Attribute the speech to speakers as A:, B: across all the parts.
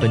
A: 本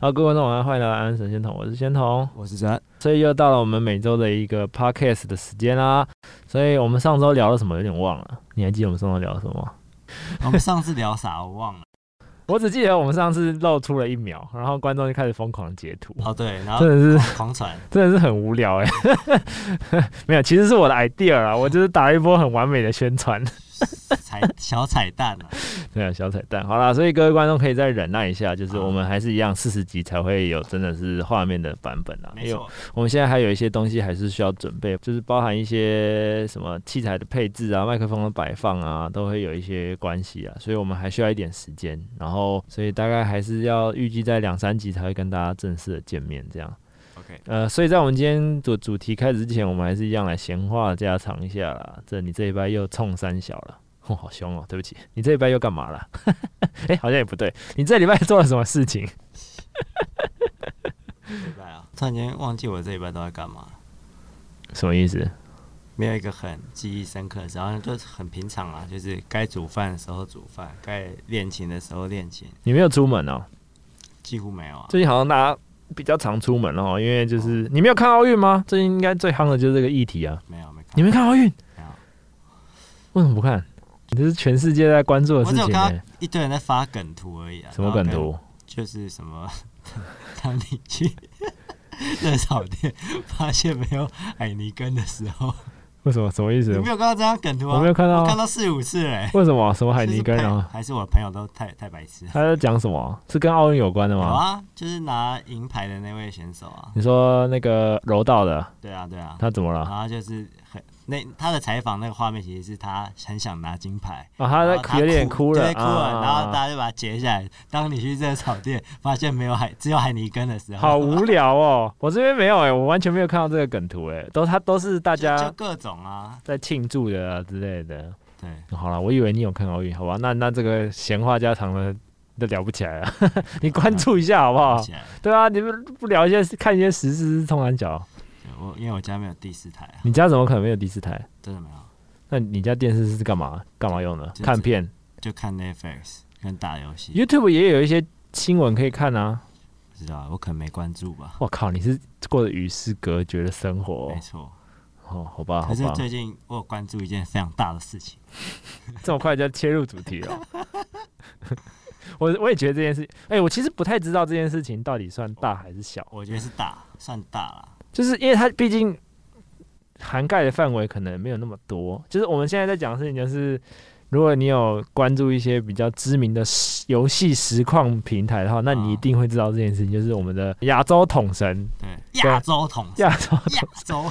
A: 好，各位观众晚上欢迎来到安安神仙童，我是仙童。
B: 我是真，
A: 所以又到了我们每周的一个 podcast 的时间啦。所以我们上周聊了什么有点忘了，你还记得我们上周聊了什么吗？
B: 我们上次聊啥我忘了。
A: 我只记得我们上次露出了一秒，然后观众就开始疯狂地截图，
B: 哦对，然 后
A: 真的是
B: 狂传，
A: 真的是很无聊哎、 没有，其实是我的 idea 啊，我就是打一波很完美的宣传，
B: 彩小彩蛋 啊，
A: 对啊，小彩蛋。好啦，所以各位观众可以再忍耐一下，就是我们还是一样四十集才会有真的是画面的版本啊，
B: 没错，
A: 我们现在还有一些东西还是需要准备，就是包含一些什么器材的配置啊、麦克风的摆放啊，都会有一些关系啊，所以我们还需要一点时间。然后，所以大概还是要预计在两三集才会跟大家正式的见面这样。
B: OK
A: 呃，所以在我们今天的主题开始之前，我们还是一样来闲话家常一下啦。这你这一拜又冲三小了。 哦，好凶哦！对不起，你这一拜又干嘛了？ 哎、好像也不对。你这礼拜做了什么事情？
B: 这一拜啊，突然间忘记我这一拜都在干嘛了，
A: 什么意思？
B: 没有一个很记忆深刻的事，然后就是很平常啊，就是该煮饭的时候煮饭，该练琴的时候练琴，
A: 你没有出门哦、
B: 几乎没有啊。
A: 最近好像大家比较常出门哦，因为就是你没有看奥运吗？最近应该最夯的就是这个议题啊。
B: 没有没看
A: 你，没看奥运
B: 没有？
A: 为什么不看？这是全世界在关注的
B: 我
A: 事
B: 只有
A: 情、
B: 看
A: 欸
B: 到。一堆人在发梗图而已啊。
A: 什么梗
B: 然后
A: 图？
B: 跟？就是什么，当你 去热炒店发现没有海泥根的时候，
A: 为什么？什么意思
B: 你？没有看到这张梗图啊？
A: 我没有看到啊
B: 我看到四五次嘞。
A: 为什么？什么海尼根
B: 就是朋
A: 啊？
B: 还是我朋友都太太白 痴了。
A: 他在讲什么？是跟奥运有关的
B: 有
A: 吗？
B: 啊，就是拿银牌的那位选手啊，
A: 你说那个柔道的
B: 对啊对啊，
A: 他怎么了？
B: 然
A: 啊，
B: 后就是很那他的采访那个画面，其实是他很想拿金牌，
A: 啊他
B: 然
A: 在
B: 后
A: 有点哭了
B: 对啊哭了，
A: 啊，
B: 然后大家就把它截下来。当你去热炒店发现没有海，只有海尼根的时候，
A: 好无聊哦！我这边没有哎、我完全没有看到这个梗图哎、都他都是大
B: 就就
A: 家
B: 各种啊，
A: 在庆祝的啊之类的。
B: 对，
A: 好啦，我以为你有看奥运，好吧？那那这个闲话家常的都聊不起来了， 你关注一下好不
B: 而
A: 好？
B: 且
A: 对啊，你们不聊一些看一些时事是通然角，
B: 对我因为我家没有第四台啊，
A: 你家怎么可能没有第四台？
B: 真的没有，
A: 那你家电视是干嘛干嘛用的？
B: 就是
A: 看片
B: 就看 Netflix 跟打游戏，
A: ，YouTube 也有一些新闻可以看啊。
B: 不知道啊我可能没关注吧，
A: 我靠，你是过着与世隔绝的生活
B: 没错。
A: 哦，哦好吧，好
B: 可是
A: 吧，
B: 最近我有关注一件非常大的事情，
A: 这么快就切入主题 了。我我也觉得这件事，哎、我其实不太知道这件事情到底算大还是小。
B: 我觉得是大，算大了。
A: 就是因为它毕竟涵盖的范围可能没有那么多。就是我们现在在讲的事情，就是如果你有关注一些比较知名的实游戏实况平台的话，那你一定会知道这件事情，就是我们的亚洲统神、
B: 对，亚洲统治，
A: 啊亚洲
B: 亚洲，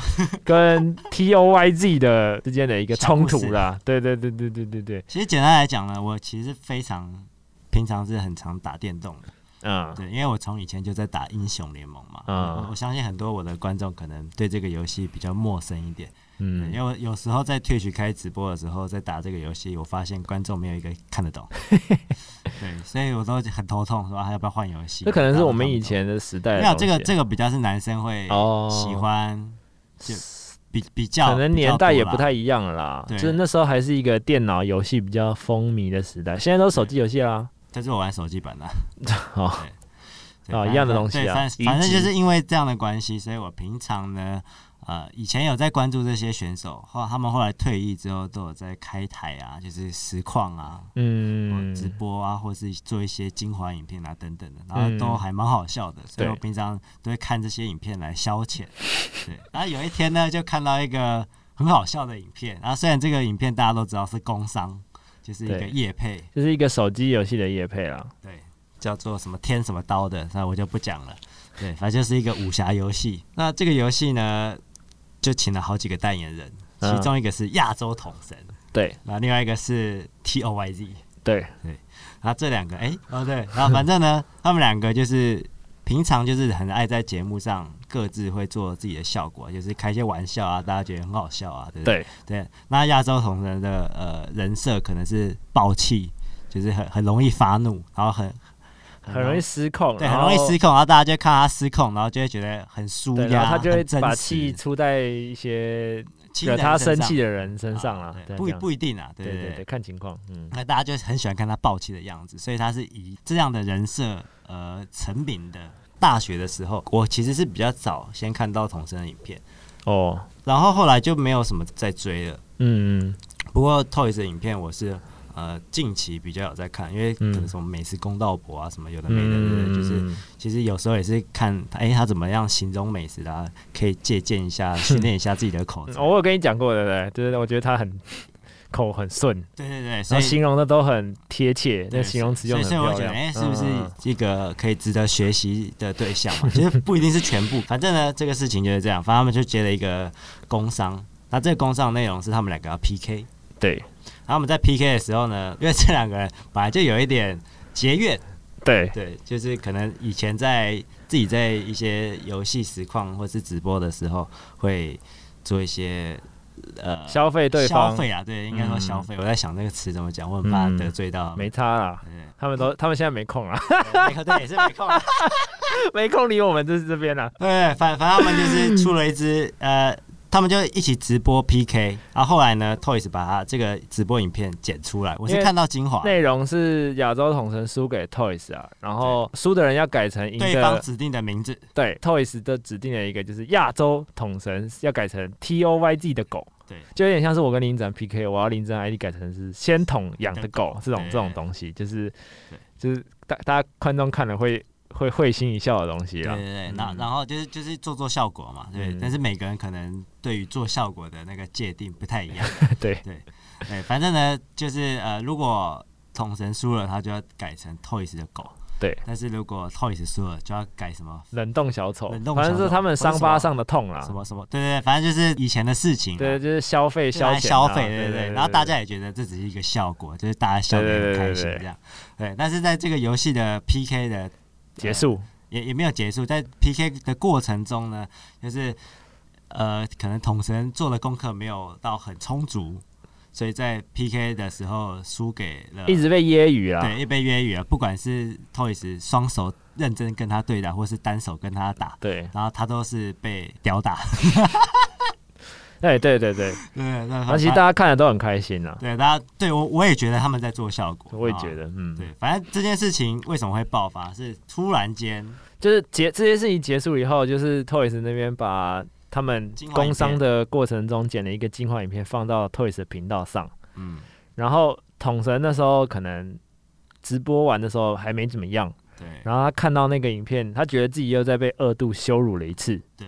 A: 跟 TOYZ 的之间的一个冲突
B: 小故事
A: 啦。对对对对对对对，
B: 其实简单来讲呢，我其实非常平常是很常打电动的，
A: 嗯，
B: 对，因为我从以前就在打英雄联盟嘛。
A: 嗯
B: 我我相信很多我的观众可能对这个游戏比较陌生一点，对，因为
A: 嗯，
B: 我有时候在 Twitch 开直播的时候，在打这个游戏，我发现观众没有一个看 得懂，对，所以我都很头痛，说啊要不要换游戏？
A: 这可能是我们
B: 打不
A: 以
B: 懂
A: 前的时代的
B: 没有
A: 东西。
B: 这个这个比较是男生会
A: 哦，
B: 喜欢，就比比较
A: 可能
B: 比较
A: 年代也
B: 多啦
A: 不太一样了啦，就
B: 对
A: 是那时候还是一个电脑游戏比较风靡的时代，现在都是手机游戏 啦。
B: 但是我玩手机版的。
A: 哦
B: 对对
A: 哦
B: 反正
A: 一样的东西啊
B: 对反
A: 移植
B: 反正就是因为这样的关系，所以我平常呢，呃，以前有在关注这些选手，后他们后来退役之后，都有在开台啊，就是实况啊。
A: 嗯，
B: 直播啊，或是做一些精华影片啊，等等的，然后
A: 嗯
B: 都还蛮好笑的，所以
A: 对
B: 我平常都会看这些影片来消遣。对，然后有一天呢，就看到一个很好笑的影片，然后虽然这个影片大家都知道是工商，就是一个
A: 对
B: 业配，
A: 就是一个手机游戏的夜配啦。
B: 对，叫做什么天什么刀的，那我就不讲了。对，反正就是一个武侠游戏。那这个游戏呢，就请了好几个代言人，
A: 嗯
B: 其中一个是亚洲统神，
A: 对
B: 然后另外一个是 T O Y Z。
A: 对，
B: 然后这两个，哎、哦对，然后反正呢， 他们两个就是平常就是很爱在节目上各自会做自己的效果，就是开一些玩笑啊，大家觉得很好笑啊，对不对？
A: 对
B: 对那亚洲同人的呃人设可能是暴气，就是很很容易发怒，然后很
A: 很容易失控，
B: 对，
A: 然
B: 很
A: 后
B: 容易失控，然后大家就看他失控，然后就会觉得很舒
A: 对，然
B: 压，
A: 后他就会
B: 很真
A: 把
B: 实
A: 气出在一些
B: 气
A: 惹
B: 在
A: 他
B: 人身
A: 生气
B: 上
A: 的人身上
B: 啊
A: 了，对
B: 对不
A: 这
B: 一
A: 样
B: 不一定啊，对
A: 对
B: 对
A: 对对，看情况，嗯，
B: 那大家就很喜欢看他暴气的样子，所以他是以这样的人设呃成名的。大学的时候，我其实是比较早先看到童声的影片，
A: 哦，
B: 然后后来就没有什么在追了。
A: 嗯嗯，
B: 不过 Toys 的影片我是呃近期比较有在看，因为可
A: 嗯
B: 能什么美食公道博啊什么有的没的，对不
A: 嗯，
B: 对就是其实有时候也是看哎、他怎么样形容美食啊，可以借鉴 一下，训练一下自己的口
A: 嗯
B: 才。
A: 我有跟你讲过，对不对？就是我觉得他很 口很顺，
B: 对对对，所
A: 然后
B: 以
A: 形容的都很贴切，那
B: 对
A: 形容词用
B: 所以
A: 的很漂
B: 所以
A: 亮。
B: 我觉得，哎、是不
A: 嗯
B: 是一个可以值得学习的对象嘛？其实不一定是全部，反正呢，这个事情就是这样。反正他们就接了一个工商，那这个工商的内容是他们两个要 PK。
A: 对
B: 然后我们在 PK 的时候呢，因为这两个人本来就有一点结怨，
A: 对
B: 对，就是可能以前在自己在一些游戏实况或是直播的时候会做一些呃
A: 消费对
B: 消
A: 方
B: 费啊，对，应该说
A: 嗯
B: 消费。我在想那个词怎么讲，我很怕
A: 嗯
B: 得罪到。
A: 没差啦，
B: 对
A: 他们都他们现在没空啊，
B: 对对，对也是没空啊。
A: 没空理我们这是这边啦。
B: 对，反反正他们就是出了一支 呃，他们就一起直播 PK，然后后来呢，Toys 把他这个直播影片剪出来，我是
A: 因为
B: 看到精华，
A: 内容是亚洲统神输给 Toys 啊，然后输的人要改成赢
B: 对方
A: 的，
B: 指定的名字，
A: 对 Toys 的指定了一个就是亚洲统神要改成 T O Y G 的狗，
B: 对，
A: 就有点像是我跟林展 P K，我要林展 ID 改成是先统养的狗这种
B: 对
A: 这种东西，就是
B: 对
A: 就是大大家观众看了会会会心一笑的东西
B: 对
A: 啦
B: 对。对，然后
A: 嗯
B: 然后就是就是做做效果嘛，对，
A: 嗯
B: 但是每个人可能对于做效果的那个界定不太一样，
A: 对
B: 对对，反正呢就是呃，如果统神输了，他就要改成 Toys 的狗，
A: 对，
B: 但是如果 Toys 输了，就要改什么
A: 冷冻小丑，
B: 冷冻
A: 反正
B: 小丑
A: 是他们伤疤上的痛啦
B: 什。么什么，对对，对反正就是以前的事情啊，
A: 啊对，就是消费
B: 就
A: 消
B: 来
A: 遣啊
B: 消费，
A: 对
B: 对
A: 对
B: 对。然后大家也觉得这只是一个效果，就是大家笑得很
A: 对对
B: 开心
A: 对对对
B: 这样。对，但是在这个游戏的 PK 的
A: 结束，
B: 也也没有结束，在 PK 的过程中呢，就是呃，可能统神做的功课没有到很充足，所以在 PK 的时候输给了，
A: 一直被揶揄啦。
B: 对，一被约语啊了。不管是 Toys 双手认真跟他对打，或是单手跟他打，
A: 对
B: 然后他都是被屌打。
A: 对哎对对对，
B: 对，那
A: 然后其实大家看的都很开心啦。
B: 对大家对我我也觉得他们在做效果，
A: 我也
B: 啊
A: 觉得，嗯，
B: 对，反正这件事情为什么会爆发，是突然间，
A: 就是结这些事情结束以后，就是 Toys 那边把他们
B: 精华影片
A: 工商的过程中剪了一个精华影片放到 Toys 的频道上，
B: 嗯，
A: 然后统神那时候可能直播完的时候还没怎么样，
B: 对
A: 然后他看到那个影片，他觉得自己又在被二度羞辱了一次，
B: 对，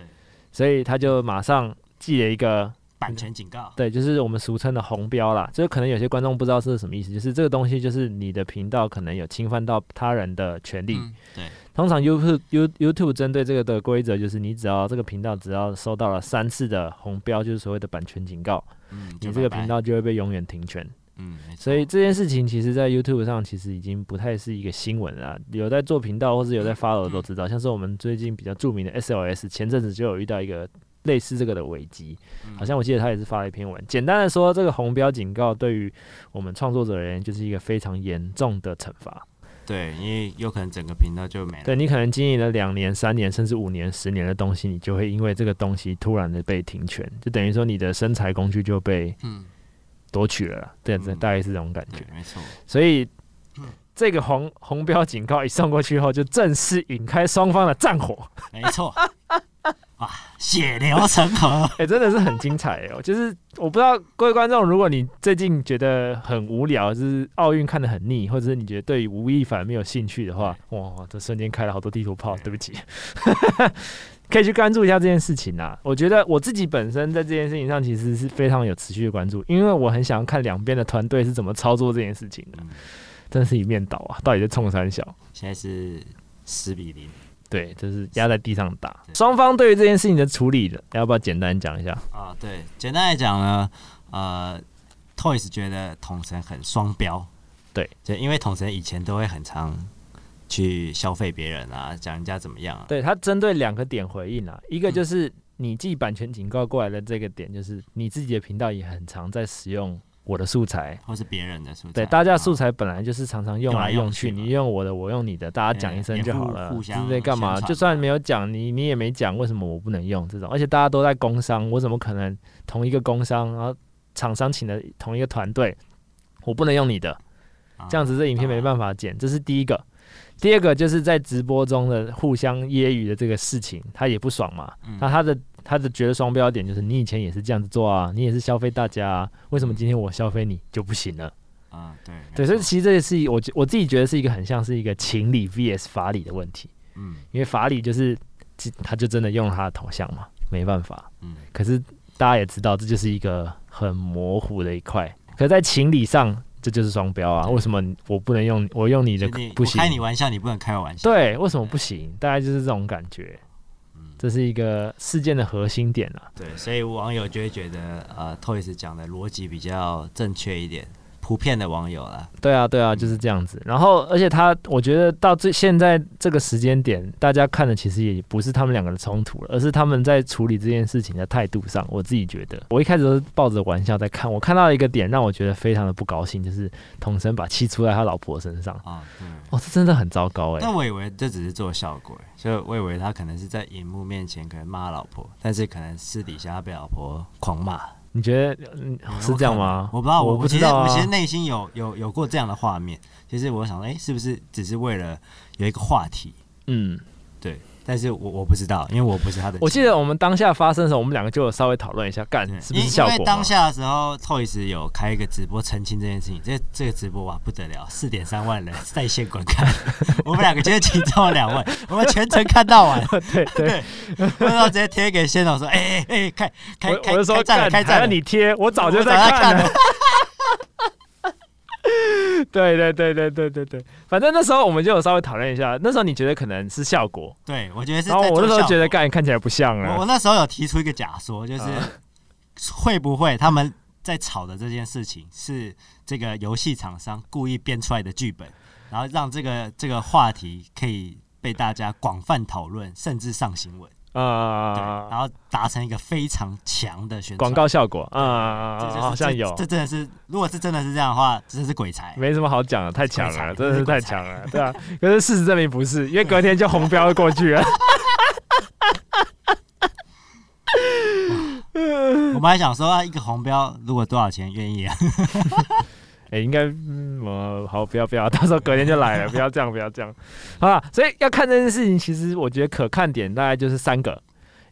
A: 所以他就马上寄了一个
B: 版权警告，
A: 对，就是我们俗称的红标啦，就是可能有些观众不知道这是什么意思，就是这个东西就是你的频道可能有侵犯到他人的权利。
B: 嗯，对，
A: 通常 YouTube You YouTube 针对这个的规则就是，你只要这个频道只要收到了三次的红标，就是所谓的版权警告，
B: 嗯，
A: 你
B: 就
A: 这个
B: 拜拜
A: 频，道就会被永远停权。
B: 嗯，没错
A: 所以这件事情其实，在 YouTube 上其实已经不太是一个新闻了啊。有在做频道或是有在 follow 的都知
B: 嗯
A: 道，像是我们最近比较著名的 SLS，前阵子就有遇到一个类似这个的危机，
B: 嗯
A: 好像我记得他也是发了一篇文。简单的说，这个红标警告对于我们创作者而言，就是一个非常严重的惩罚。
B: 对，因为有可能整个频道就没了，
A: 对你可能经营了两年、三年，甚至五年、十年的东西，你就会因为这个东西突然的被停权，就等于说你的生财工具就被
B: 嗯，
A: 夺取了啦。对，这
B: 嗯
A: 大概是这种感觉
B: 对。，嗯 没错，
A: 所以这个红红标警告一送过去后，就正式引开双方的战火。
B: 没错，哇，血流成河，
A: 哎、真的是很精彩哦！就是我不知道各位观众，如果你最近觉得很无聊，就是奥运看得很腻，或者是你觉得对于吴亦凡没有兴趣的话，哇，这瞬间开了好多地图炮，对不起。 可以去关注一下这件事情啊！我觉得我自己本身在这件事情上其实是非常有持续的关注，因为我很想要看两边的团队是怎么操作这件事情的。
B: 嗯
A: 这真是一面倒啊！到底在冲三小？
B: 现在是十比零。
A: 对，就是压在地上打。双方对于这件事情的处理，要不要简单讲一下？
B: 啊，对，简单来讲呢，呃，Toys 觉得统神很双标，
A: 对，
B: 就因为统神以前都会很常去消费别人啊，讲人家怎么样啊，
A: 对他针对两个点回应啊，
B: 嗯
A: 一个就是你寄版权警告过来的这个点，就是你自己的频道也很常在使用我的素材。
B: 或是别人的素材，
A: 对，大家的素
B: 材
A: 材本来就是常常用
B: 用
A: 来
B: 来啊用
A: 用去，
B: 去嘛
A: 你用我的，我用你的，大家讲一声
B: 也
A: 就好
B: 互
A: 了。
B: 互
A: 之
B: 相
A: 类干嘛？
B: 宣传啊
A: 就算
B: 嘛
A: 没有讲，你你也没讲，为什么我不能用这种？而且大家都在工商，我怎么可能同一个工商，然后厂商请的同一个团队，我不能用你的？
B: 啊
A: 这样子这影片没办法剪，这是第一个。第二个就是在直播中的互相揶揄的这个事情，他也不爽嘛。
B: 嗯
A: 那他的他的觉得双标点就是，你以前也是这样子做啊，你也是消费大家、啊，为什么今天我消费你就不行了？
B: 啊，对，
A: 对，
B: 没
A: 所以
B: 错
A: 其实这也是一我觉我自己觉得是一个很像是一个情理 VS 法理的问题，
B: 嗯
A: 因为法理就是其他就真的用了他的头像嘛，没办法。
B: 嗯，
A: 可是大家也知道，这就是一个很模糊的一块。可在情理上，这就是双标啊！为什么我不能用我用你的
B: 就你
A: 不
B: 我
A: 行
B: 开？你玩笑，你不能开我玩笑，嗯
A: 对，为什么不行？大概就是这种感觉。这是一个事件的核心点啊。
B: 对，所以网友就会觉得呃，Toys 讲的逻辑比较正确一点，普遍的网友啦，
A: 对啊，对啊，就是这样子。然后，而且他，我觉得到最现在这个时间点，大家看的其实也不是他们两个的冲突了，而是他们在处理这件事情的态度上。我自己觉得，我一开始都是抱着玩笑在看，我看到一个点让我觉得非常的不高兴，就是童生把气出在他老婆身上。
B: 啊，对。
A: 哦，这真的很糟糕哎、
B: 但我以为这只是做效果，所以我以为他可能是在荧幕面前可能骂老婆，但是可能私底下他被老婆狂骂，
A: 你觉得、嗯、是这样吗？
B: 我不知道，
A: 我
B: 哦我
A: 不知
B: 其实
A: 道啊
B: 我其实内心有有有过这样的画面，其实我想，哎、是不是只是为了有一个话题？
A: 嗯，
B: 对，但是我我不知道，因为我不是他的亲人。
A: 我记得我们当下发生的时候，我们两个就有稍微讨论一下，干
B: 对
A: 是不
B: 因
A: 是效
B: 嗯因
A: 果嘛？
B: 为当下的时候，Toys 有开一个直播澄清这件事情，这这个直播哇不得了，四点三万人在线观看， 我们两个就是其中的两 位，我们全程看到完。
A: 对对，
B: 我然后直接贴给仙总说：“哎哎哎，开
A: 我
B: 开
A: 我
B: 开
A: 就
B: 开
A: 说
B: 战了，
A: 干，
B: 开
A: 还
B: 战
A: 要
B: 了！
A: 你贴，我早就
B: 我
A: 在
B: 早
A: 看
B: 看
A: 了。
B: 了。
A: 对对对对对对对，反正那时候我们就有稍微讨论一下，那时候你觉得可能是效果，”
B: 对，我觉得是。
A: 然后我那时候觉得，干看起来不像
B: 我
A: 啊
B: 我。那时候有提出一个假说，就是会不会他们在吵的这件事情是这个游戏厂商故意编出来的剧本，然后让这个这个话题可以被大家广泛讨论，甚至上新闻，对，
A: 啊、
B: 然后达成一个非常强的宣传
A: 广。告效果啊、
B: 这就是
A: 好像
B: 这
A: 有
B: 这，真的是，如果是真的是这样的话，真的是鬼才。
A: 没什么好讲的，太强
B: 鬼才
A: 了，真的是
B: 鬼
A: 太
B: 才
A: 强了，对啊。可是事实证明不是，因为隔天就红标过去了。嗯
B: 我们还想说，啊，一个红标如果多少钱愿意啊？
A: 哎、应该嗯，我好，不要不要， 到时候隔天就来了，不要这样，不要这样，好啦，所以要看这件事情，其实我觉得可看点大概就是三个，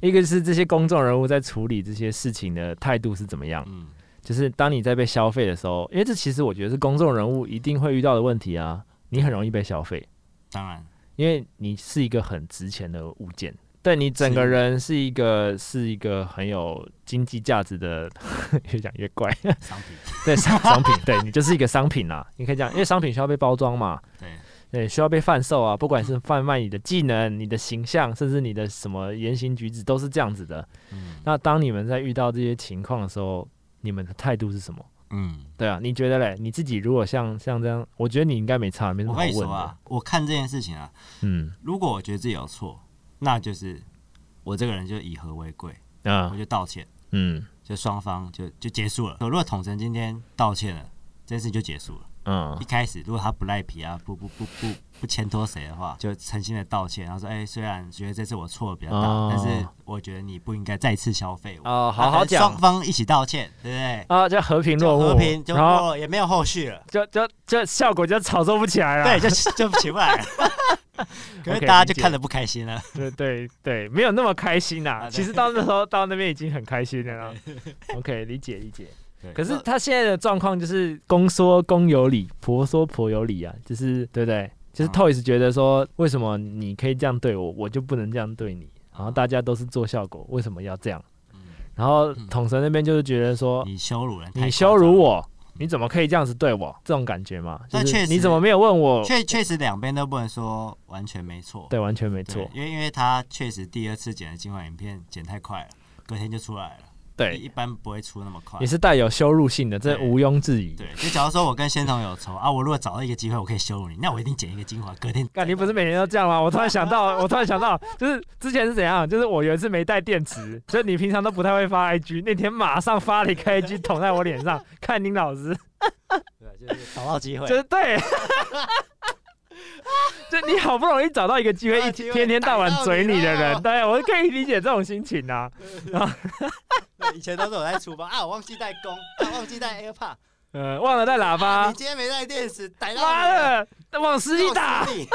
A: 一个是这些公众人物在处理这些事情的态度是怎么样，
B: 嗯，
A: 就是当你在被消费的时候，因为这其实我觉得是公众人物一定会遇到的问题啊，你很容易被消费，
B: 当然，
A: 因为你是一个很值钱的物件。对你整个
B: 是
A: 人是一个是一个很有经济价值的， 越讲越怪，
B: 商品，
A: 对商 商品，对你就是一个商品啦，你可以讲，因为商品需要被包装嘛，
B: 对，
A: 对，需要被贩售啊，不管
B: 嗯
A: 是贩卖你的技能、你的形象，甚至你的什么言行举止，都是这样子的。
B: 嗯
A: 那当你们在遇到这些情况的时候，你们的态度是什么？
B: 嗯，
A: 对啊，你觉得嘞？你自己如果像像这样，我觉得你应该没差，没什
B: 我
A: 么好
B: 跟你
A: 问
B: 说
A: 的。
B: 啊，我看这件事情啊，
A: 嗯
B: 如果我觉得自己有错，那就是我这个人就以和为贵，我
A: 啊
B: 就道歉，
A: 嗯
B: 就双方就就结束了。如果统神今天道歉了，这件事情就结束了。
A: 嗯
B: 一开始如果他不赖皮啊，不不不不不牵拖谁的话，就诚心的道歉，然后说，哎、虽然觉得这次我错的比较大，
A: 哦
B: 但是我觉得你不应该再次消费我。
A: 哦，好好
B: 哎双
A: 讲
B: 方一起道歉，对不对？
A: 啊，就和平落
B: 就
A: 幕，
B: 和平，就
A: 然后
B: 过也没有后续了。
A: 就就就效果就 炒作不起来了。
B: 对，就就起 不来了。可是
A: 啊 OK，
B: 大家
A: 理
B: 就
A: 解
B: 看得不开心了。
A: 对对对，没有那么开心呐、
B: 啊对
A: 其实到那时候到那边已经很开心了啦。OK，理解理解。可是他现在的状况就是公说公有理，婆说婆有理啊，就是对不对？就是
B: 嗯
A: Toys 觉得说，为什么你可以这样对我，我就不能这样对你？然后大家都是做效果，为什么要这样？然后统神那边就是觉得说，
B: 嗯你羞辱人，
A: 哦你羞辱，我，你怎么可以这样子对我？这种感觉嘛，就
B: 但确
A: 是
B: 实
A: 你怎么没有问我？
B: 确确实两边都不能说完全没错，
A: 对，完全没
B: 对
A: 错。
B: 因为因为他确实第二次剪的精华影片剪太快了，隔天就出来了，一
A: 对，
B: 一般不会出那么快
A: 你。是带有羞辱性的，这
B: 对
A: 毋庸置疑。
B: 对，就假如说我跟仙童有仇 啊，我如果找到一个机会，我可以羞辱你，那我一定剪一个精华，隔天
A: 干，你不是每年都这样吗？我突然想到，我突然想到，就是之前是怎样？就是我有一次没带电池，所以你平常都不太会发 IG，那天马上发了一个 IG 捅在我脸上， 看林老师，
B: 对，啊就是找到机会
A: 就是对， 就你好不容易找到一个啊机会，一天天天到晚嘴你的人，对我可以理解这种心情啊。
B: 以前都是我在厨房啊，我忘记带弓，啊、忘记带 AirPod，、
A: 呃，忘了带喇叭，
B: 今天没带电池，逮
A: 妈的，往死里 打！
B: 你！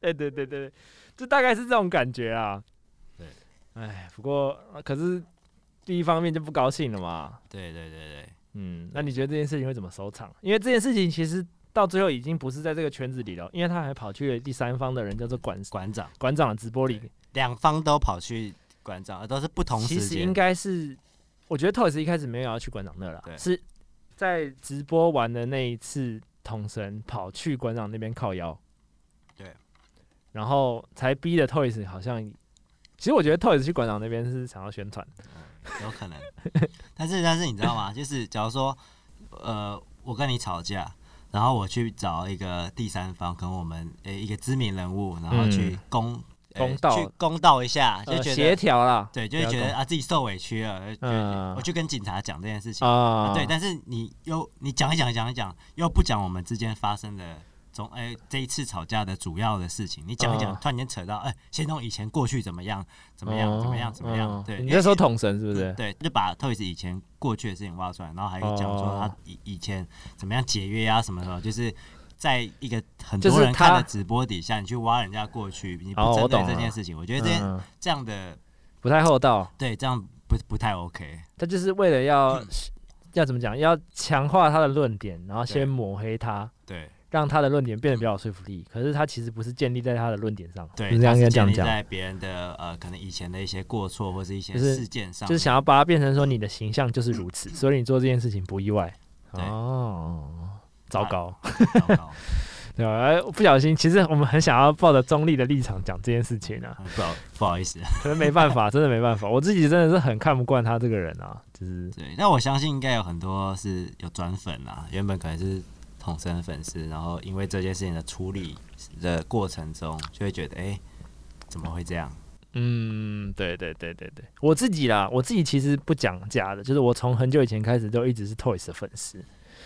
A: 对对对对，对就大概是这种感觉啊。
B: 对，
A: 哎，不过可是第一方面就不高兴了嘛。
B: 对对对对，
A: 嗯，那你觉得这件事情会怎么收场？因为这件事情其实到最后已经不是在这个圈子里了，因为他还跑去了第三方的人叫做馆
B: 馆长
A: 馆长的直播里，
B: 两方都跑去馆长，而都是不同
A: 其
B: 时
A: 实
B: 间，
A: 应该是，我觉得 Toys 一开始没有要去馆长那了啦，
B: 对
A: 是在直播完的那一次，统神跑去馆长那边靠腰，
B: 对，
A: 然后才逼的 Toys 好像，其实我觉得 Toys 去馆长那边是想要宣传，
B: 有可能。但是但是你知道吗？ 就是假如说，呃，我跟你吵架，然后我去找一个第三方，可能我们呃、一个知名人物，然后去
A: 嗯
B: 公、呃
A: 公道
B: 去公道一下，就
A: 呃
B: 觉
A: 协
B: 得、
A: 调啦，
B: 对，就会
A: 不
B: 觉
A: 要
B: 得
A: 公
B: 啊自己受委屈了，就觉得
A: 嗯
B: 我去跟警察讲这件事情。
A: 啊，
B: 对，但是你又你讲一讲讲一讲，又不讲我们之间发生的从哎、这一次吵架的主要的事情，你讲一讲，
A: 啊
B: 突然间扯到哎、先从以前过去怎么样怎么样、怎么样怎么样，
A: 哦
B: 对，
A: 你
B: 因为
A: 在说统神是不是？
B: 对，就把 Toys 以前过去的事情挖出来，然后还有讲说他
A: 哦
B: 以以前怎么样节约啊什么什么，就是在一个很
A: 就
B: 多
A: 是
B: 人看
A: 他
B: 的直播底下，你去挖人家过去，你
A: 哦
B: 不
A: 我
B: 针对
A: 懂
B: 这
A: 了
B: 件事情，我觉得这件
A: 嗯
B: 这样的
A: 不太厚道。
B: 对这样不不太 OK。
A: 他就是为了要、
B: 嗯
A: 要怎么讲，要强化他的论点，然后
B: 对
A: 先抹黑他，
B: 对
A: 让他的论点变得比较有说服力。可是他其实不是建立在他的论点上，
B: 对，
A: 不是这样
B: 它
A: 应该这
B: 建
A: 样
B: 立
A: 讲，
B: 在别人的呃可能以前的一些过错或是一些
A: 就是
B: 事件上
A: 就，是想要把它变成说你的形象就是如此，所以你做这件事情不意外。
B: 嗯对
A: 哦，糟糕，
B: 糟糕，
A: 对吧？哎不小心，其实我们很想要抱着中立的立场讲这件事情啊，
B: 嗯不好不好意思。
A: 可能没办法，真的没办法，我自己真的是很看不惯他这个人啊，就是
B: 对，但我相信应该有很多是有转粉啊，原本可能是统神粉丝，然后因为这件事情的处理的过程中，就会觉得哎、诶怎么会这样？
A: 嗯，对对对对对，我自己啦，我自己其实不讲价的，就是我从很久以前开始就一直是 Toys 的粉丝。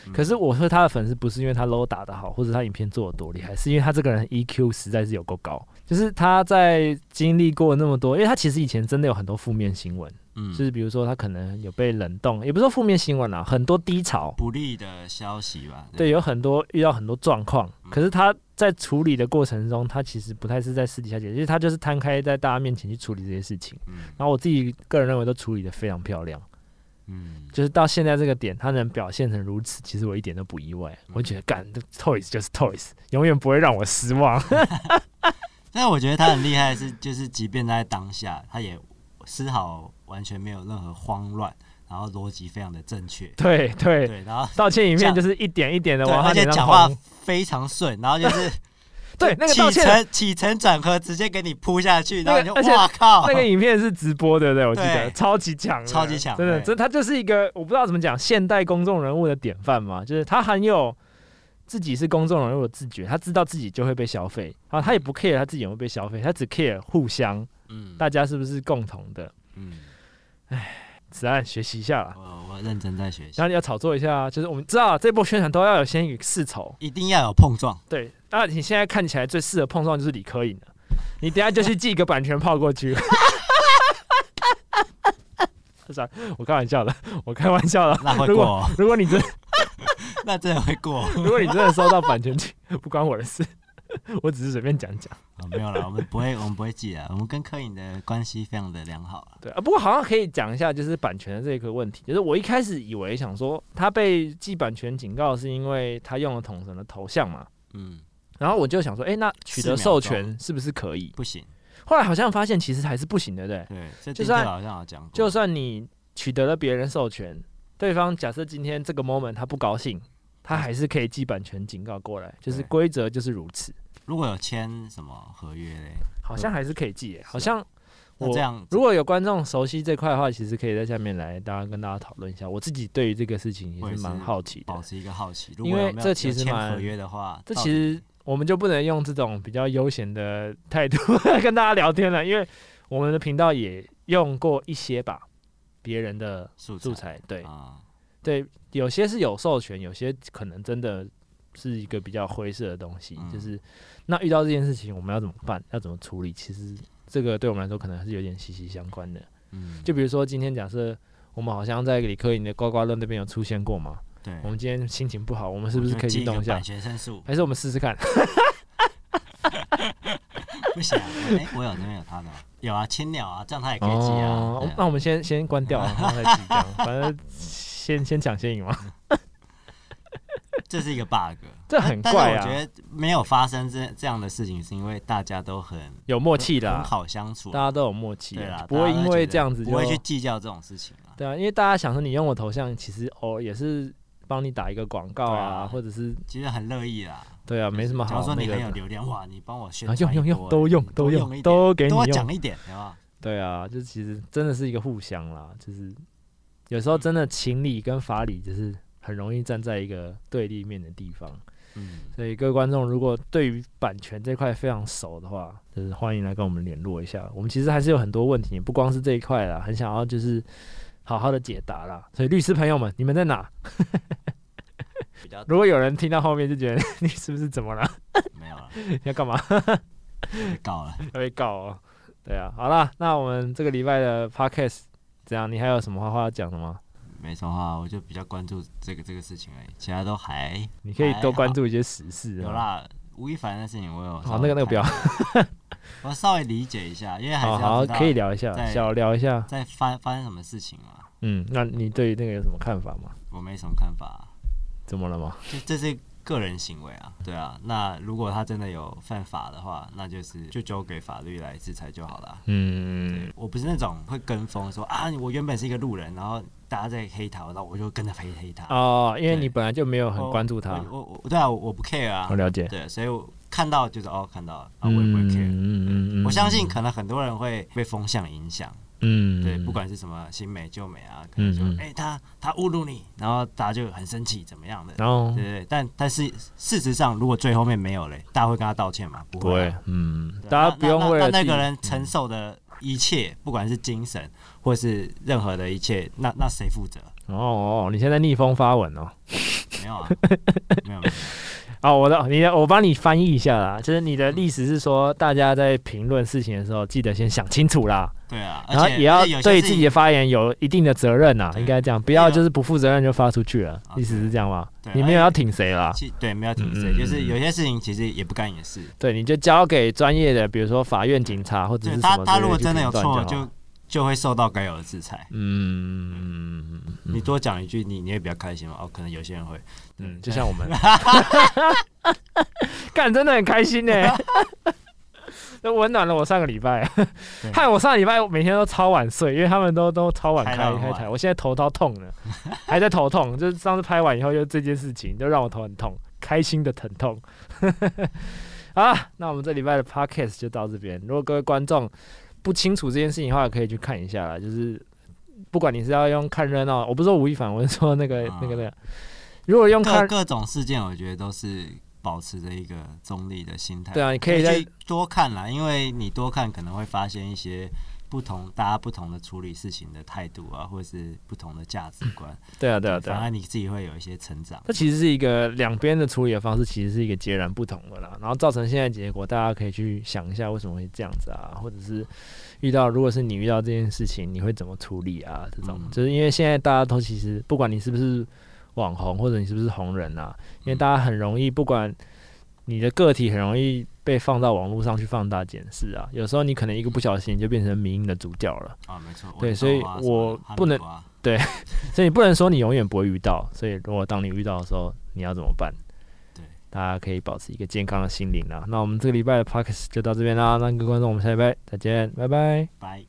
B: 嗯
A: 可是我说他的粉丝不是因为他 low 打的好，或者他影片做的多厉害，是因为他这个人 EQ 实在是有够高。就是他在经历过那么多，因为他其实以前真的有很多负面新闻，
B: 嗯，
A: 就是比如说他可能有被冷冻，也不是说负面新闻啦，很多低潮，
B: 不利的消息吧？
A: 对，，有很多遇到很多状况，
B: 嗯
A: 可是他在处理的过程中，他其实不太是在私底下解决，就是他就是摊开在大家面前去处理这些事情。
B: 嗯
A: 然后我自己个人认为都处理的非常漂亮，
B: 嗯，
A: 就是到现在这个点，他能表现成如此，其实我一点都不意外。
B: 嗯
A: 我觉得干这 Toys 就是 Toys，永远不会让我失望。
B: 但我觉得他很厉害的是，就是即便他在当下，他也丝毫完全没有任何慌乱，然后逻辑非常的正确，
A: 对对，
B: 对，然后
A: 道歉影
B: 这
A: 片
B: 样
A: 就是一点一点的
B: 对，
A: 往他
B: 而且
A: 脸上
B: 讲话
A: 轰。
B: 非常顺，然后就是。
A: 对，那个道
B: 起
A: 歉，
B: 承起承转合直接给你扑下去，然后你就
A: 那个而且
B: 哇靠，
A: 那个影片是直播的，对不对？我记得
B: 对
A: 超级强的，
B: 超级强
A: 真的，
B: 对
A: 这他就是一个我不知道怎么讲现代公众人物的典范嘛，就是他很有。自己是公众人物的自觉，他知道自己就会被消费，然后他也不 care 他自己有没有被消费，他只 care 互相
B: 嗯
A: 大家是不是共同的？
B: 嗯，
A: 子安学习一下啦，
B: 我我认真在学习
A: 然，后你要炒作一下啊，就是我们知道这波宣传都要有先有世仇，
B: 一定要有碰撞，
A: 对。那你现在看起来最适合碰撞就是李科颖了，你等一下就去寄一个版权炮过去。 是啊，我开玩笑的，我开玩笑的。
B: 那会
A: 如
B: 过
A: 果
B: 哦，
A: 如果你真
B: 那真的会过，
A: 如果你真的收到版权金， 不关我的事，我只是随便讲讲。
B: 哦没有了，我们不会，我们不会记啊，我们跟柯颖的关系非常的良好啊，
A: 对啊，不过好像可以讲一下，就是版权的这个问题。就是我一开始以为想说他被记版权警告是因为他用了统神的头像嘛，
B: 嗯，
A: 然后我就想说，哎、那取得
B: 4秒钟
A: 授权是不是可以？
B: 不行，
A: 后来好像发现其实还是不行的，对不对？
B: 对，这
A: 就
B: 丁
A: 算
B: 克好像有讲过，
A: 就算你取得了别人授权，对方假设今天这个 moment 他不高兴，他还是可以寄版权警告过来，就是
B: 嗯对
A: 规则就是如此，
B: 如果有签什么合约嘞，
A: 好像还是可以寄耶、
B: 嗯
A: 好像
B: 那
A: 我
B: 这样
A: 如果有观众熟悉这块的话，其实可以在下面来大家跟大家讨论一下。我自己对于这个事情也
B: 我也
A: 是
B: 是
A: 蛮好奇的
B: 保。持一个好奇，如
A: 因
B: 果
A: 为
B: 有没有
A: 这其实
B: 有签
A: 蛮
B: 合约的话，
A: 这
B: 到
A: 其
B: 底
A: 实我们就不能用这种比较悠闲的态度 跟大家聊天了，因为我们的频道也用过一些吧别人的
B: 素
A: 素材，欸对
B: 啊，
A: 对，有些是有授权，有些可能真的是一个比较灰色的东西。
B: 嗯
A: 就是那遇到这件事情，我们要怎么办？要怎么处理？其实这个对我们来说可能还是有点息息相关的。
B: 嗯，
A: 就比如说今天假设我们好像在理科营的刮刮乐那边有出现过嘛，
B: 对，
A: 我们今天心情不好，我们是不是可以去动一
B: 我就寄个
A: 下
B: 版？权申诉？
A: 还是我们试试看？
B: 不行啊，哎，我有这边有他的吗，有啊，青鸟啊，这样他也可以寄啊。
A: 哦
B: 对，
A: 那
B: 啊
A: 我们先先关 掉，然后再记这样，反正先先抢先赢嘛，
B: 这是一个 bug，
A: 这很
B: 但是
A: 怪
B: 我
A: 啊，
B: 觉得没有发生这这样的事情，是因为大家都很
A: 有默契
B: 很
A: 啦，
B: 好相处啊
A: 大，家都有默契
B: 对
A: 啊
B: 啦，，
A: 不会
B: 大家
A: 因
B: 都觉
A: 为
B: 得
A: 这样子就
B: 不会去计较这种事情啊。
A: 对啊，因为大家想说你用我头像，其实哦也是帮你打一个广告
B: 对
A: 啊，
B: 啊
A: 或者是
B: 其实很乐意啦，
A: 对啊，没什么
B: 假如
A: 好
B: 说
A: 那
B: 你
A: 个
B: 很有
A: 的，
B: 流量，哇，你帮我宣
A: 啊
B: 传
A: 用用
B: 一
A: 用
B: 波
A: 都用都
B: 多
A: 用
B: 用一点
A: 都给你
B: 多
A: 用，
B: 讲一点，对吧？
A: 对啊，就其实真的是一个互相啦，就是有时候真的情理跟法理就是很容易站在一个对立面的地方。
B: 嗯，
A: 所以各位观众，如果对于版权这块非常熟的话，就是欢迎来跟我们联络一下。我们其实还是有很多问题，不光是这一块啦，很想要就是好好的解答啦。所以律师朋友们，你们在哪？
B: 比较
A: 如果有人听到后面就觉得 你是不是怎么了？
B: 没有了，
A: 你要干嘛？
B: 被告了。
A: 要被告哦。对啊，好啦，那我们这个礼拜的 podcast 怎样？你还有什么话话要讲的吗？
B: 没什么话，我就比较关注这个这个事情而已，其他都还
A: 你可以多关注一些时事啊。
B: 哎有啦。吴亦凡的事情我有稍
A: 好，那
B: 微
A: 个那个不要，
B: 看，我稍微理解一下，因为还
A: 好
B: 是要
A: 好
B: 知道
A: 可以聊一下，
B: 在
A: 小聊一下。
B: 在发发生什么事情嘛，
A: 嗯，那你对于那个有什么看法吗？
B: 我没什么看法啊、
A: 怎么了吗？
B: 就这是个人行为啊，对啊。那如果他真的有犯法的话，那就是就交给法律来制裁就好了。
A: 嗯，
B: 我不是那种会跟风说啊，我原本是一个路人，然后大家在黑他，然后我就跟着黑黑他。
A: 哦，因为你
B: 对
A: 本来就没有很
B: 我
A: 关注他，
B: 我我我对啊，我我不 care 啊
A: 我，了解。
B: 对，所以我看到就是哦，看到了，啊，我
A: 嗯
B: 也不会 care。
A: 嗯嗯嗯，
B: 我相信可能很多人会被风向影响，
A: 嗯，
B: 对，不管是什么新美旧美啊，可
A: 嗯
B: 能说
A: 嗯
B: 哎、他他侮辱你，然后大家就很生气怎么样的，
A: 然后
B: 对对对，但但是事实上，如果最后面没有嘞，大家会跟他道歉吗？不
A: 不
B: 会
A: 会
B: 啊，，
A: 嗯，
B: 对
A: 大
B: 那
A: 家不用为了嗯
B: 那那那
A: 自己
B: 个人承受的一切，不管是精神或是任何的一切，那那谁负责？
A: 哦哦，你现在逆风发文哦。
B: 没有啊，没有没有，
A: 哦，我的，你的，我帮你翻译一下啦。就是你的意思是说，大家在评论事情的时候，记得先想清楚啦，
B: 对啊，而
A: 然后
B: 且
A: 也要
B: 而且有些
A: 对
B: 事
A: 自己的发言有一定的责任呐，
B: 对
A: 应该这样，不
B: 对
A: 要
B: 啊
A: 就是不负责任就发出去了，
B: 啊
A: 意思是这样吗？
B: 对
A: 你没有要挺谁啦，
B: 其对没有挺
A: 嗯嗯
B: 谁，
A: 嗯
B: 就是有些事情其实也不干你的事。
A: 对，你就交给专业的，比如说法院、警察或者
B: 对
A: 是
B: 他
A: 什么之类去评断好。
B: 他如果真的有错，就就会受到该有的制裁。
A: 嗯
B: 你多讲一句，你你也比较开心嘛。哦，可能有些人会，
A: 嗯，就
B: 哎
A: 像我 们，干真的很开 心呢，都温暖了我上个礼拜
B: 对，
A: 害我上个礼拜每天都超晚睡，因为他们都都超晚开
B: 开到很
A: 开
B: 晚
A: 台，我现在头超痛 了，还在头痛，就是上次拍完以后就这件事情，就让我头很痛，开心的疼痛。 好啦，那我们这礼拜的 podcast 就到这边。如果各位观众不清楚这件事情的话，可以去看一下啦。就是不管你是要用看热闹，我不是说吴亦凡，我是说那个、
B: 啊
A: 那个那个，如果用
B: 各
A: 看，
B: 各种事件，我觉得都是保持着一个中立的心态。
A: 对啊，你可以
B: 就
A: 在
B: 哎去多看啦，因为你多看可能会发现一些不同大家不同的处理事情的态度啊，或者是不同的价值观，
A: 对啊对啊对
B: 反
A: 啊
B: 而，你自己会有一些成长。
A: 它其实是一个两边的处理的方式，其实是一个截然不同的啦。然后造成现在的结果，大家可以去想一下为什么会这样子啊，或者是遇到如果是你遇到这件事情，你会怎么处理啊？这种、
B: 嗯
A: 就是因为现在大家都其实不管你是不是网红或者你是不是红人啊，因
B: 嗯
A: 为大家很容易不管你的个体很容易被放到网络上去放大检视啊，有时候你可能一个不小心你就变成民音的主角了。
B: 啊，没错。
A: 对
B: 温州
A: 所以
B: 啊
A: 我
B: 什么哈密
A: 不能
B: 瓜
A: 所以你不能说你永远不会遇到，所以如果当你遇到的时候，你要怎么办？
B: 对，
A: 大家可以保持一个健啊康的心灵啦。那我们这个礼拜的 p o c k e t 就到这边啦，那各位观众，我们下礼拜再见，拜拜。
B: 拜。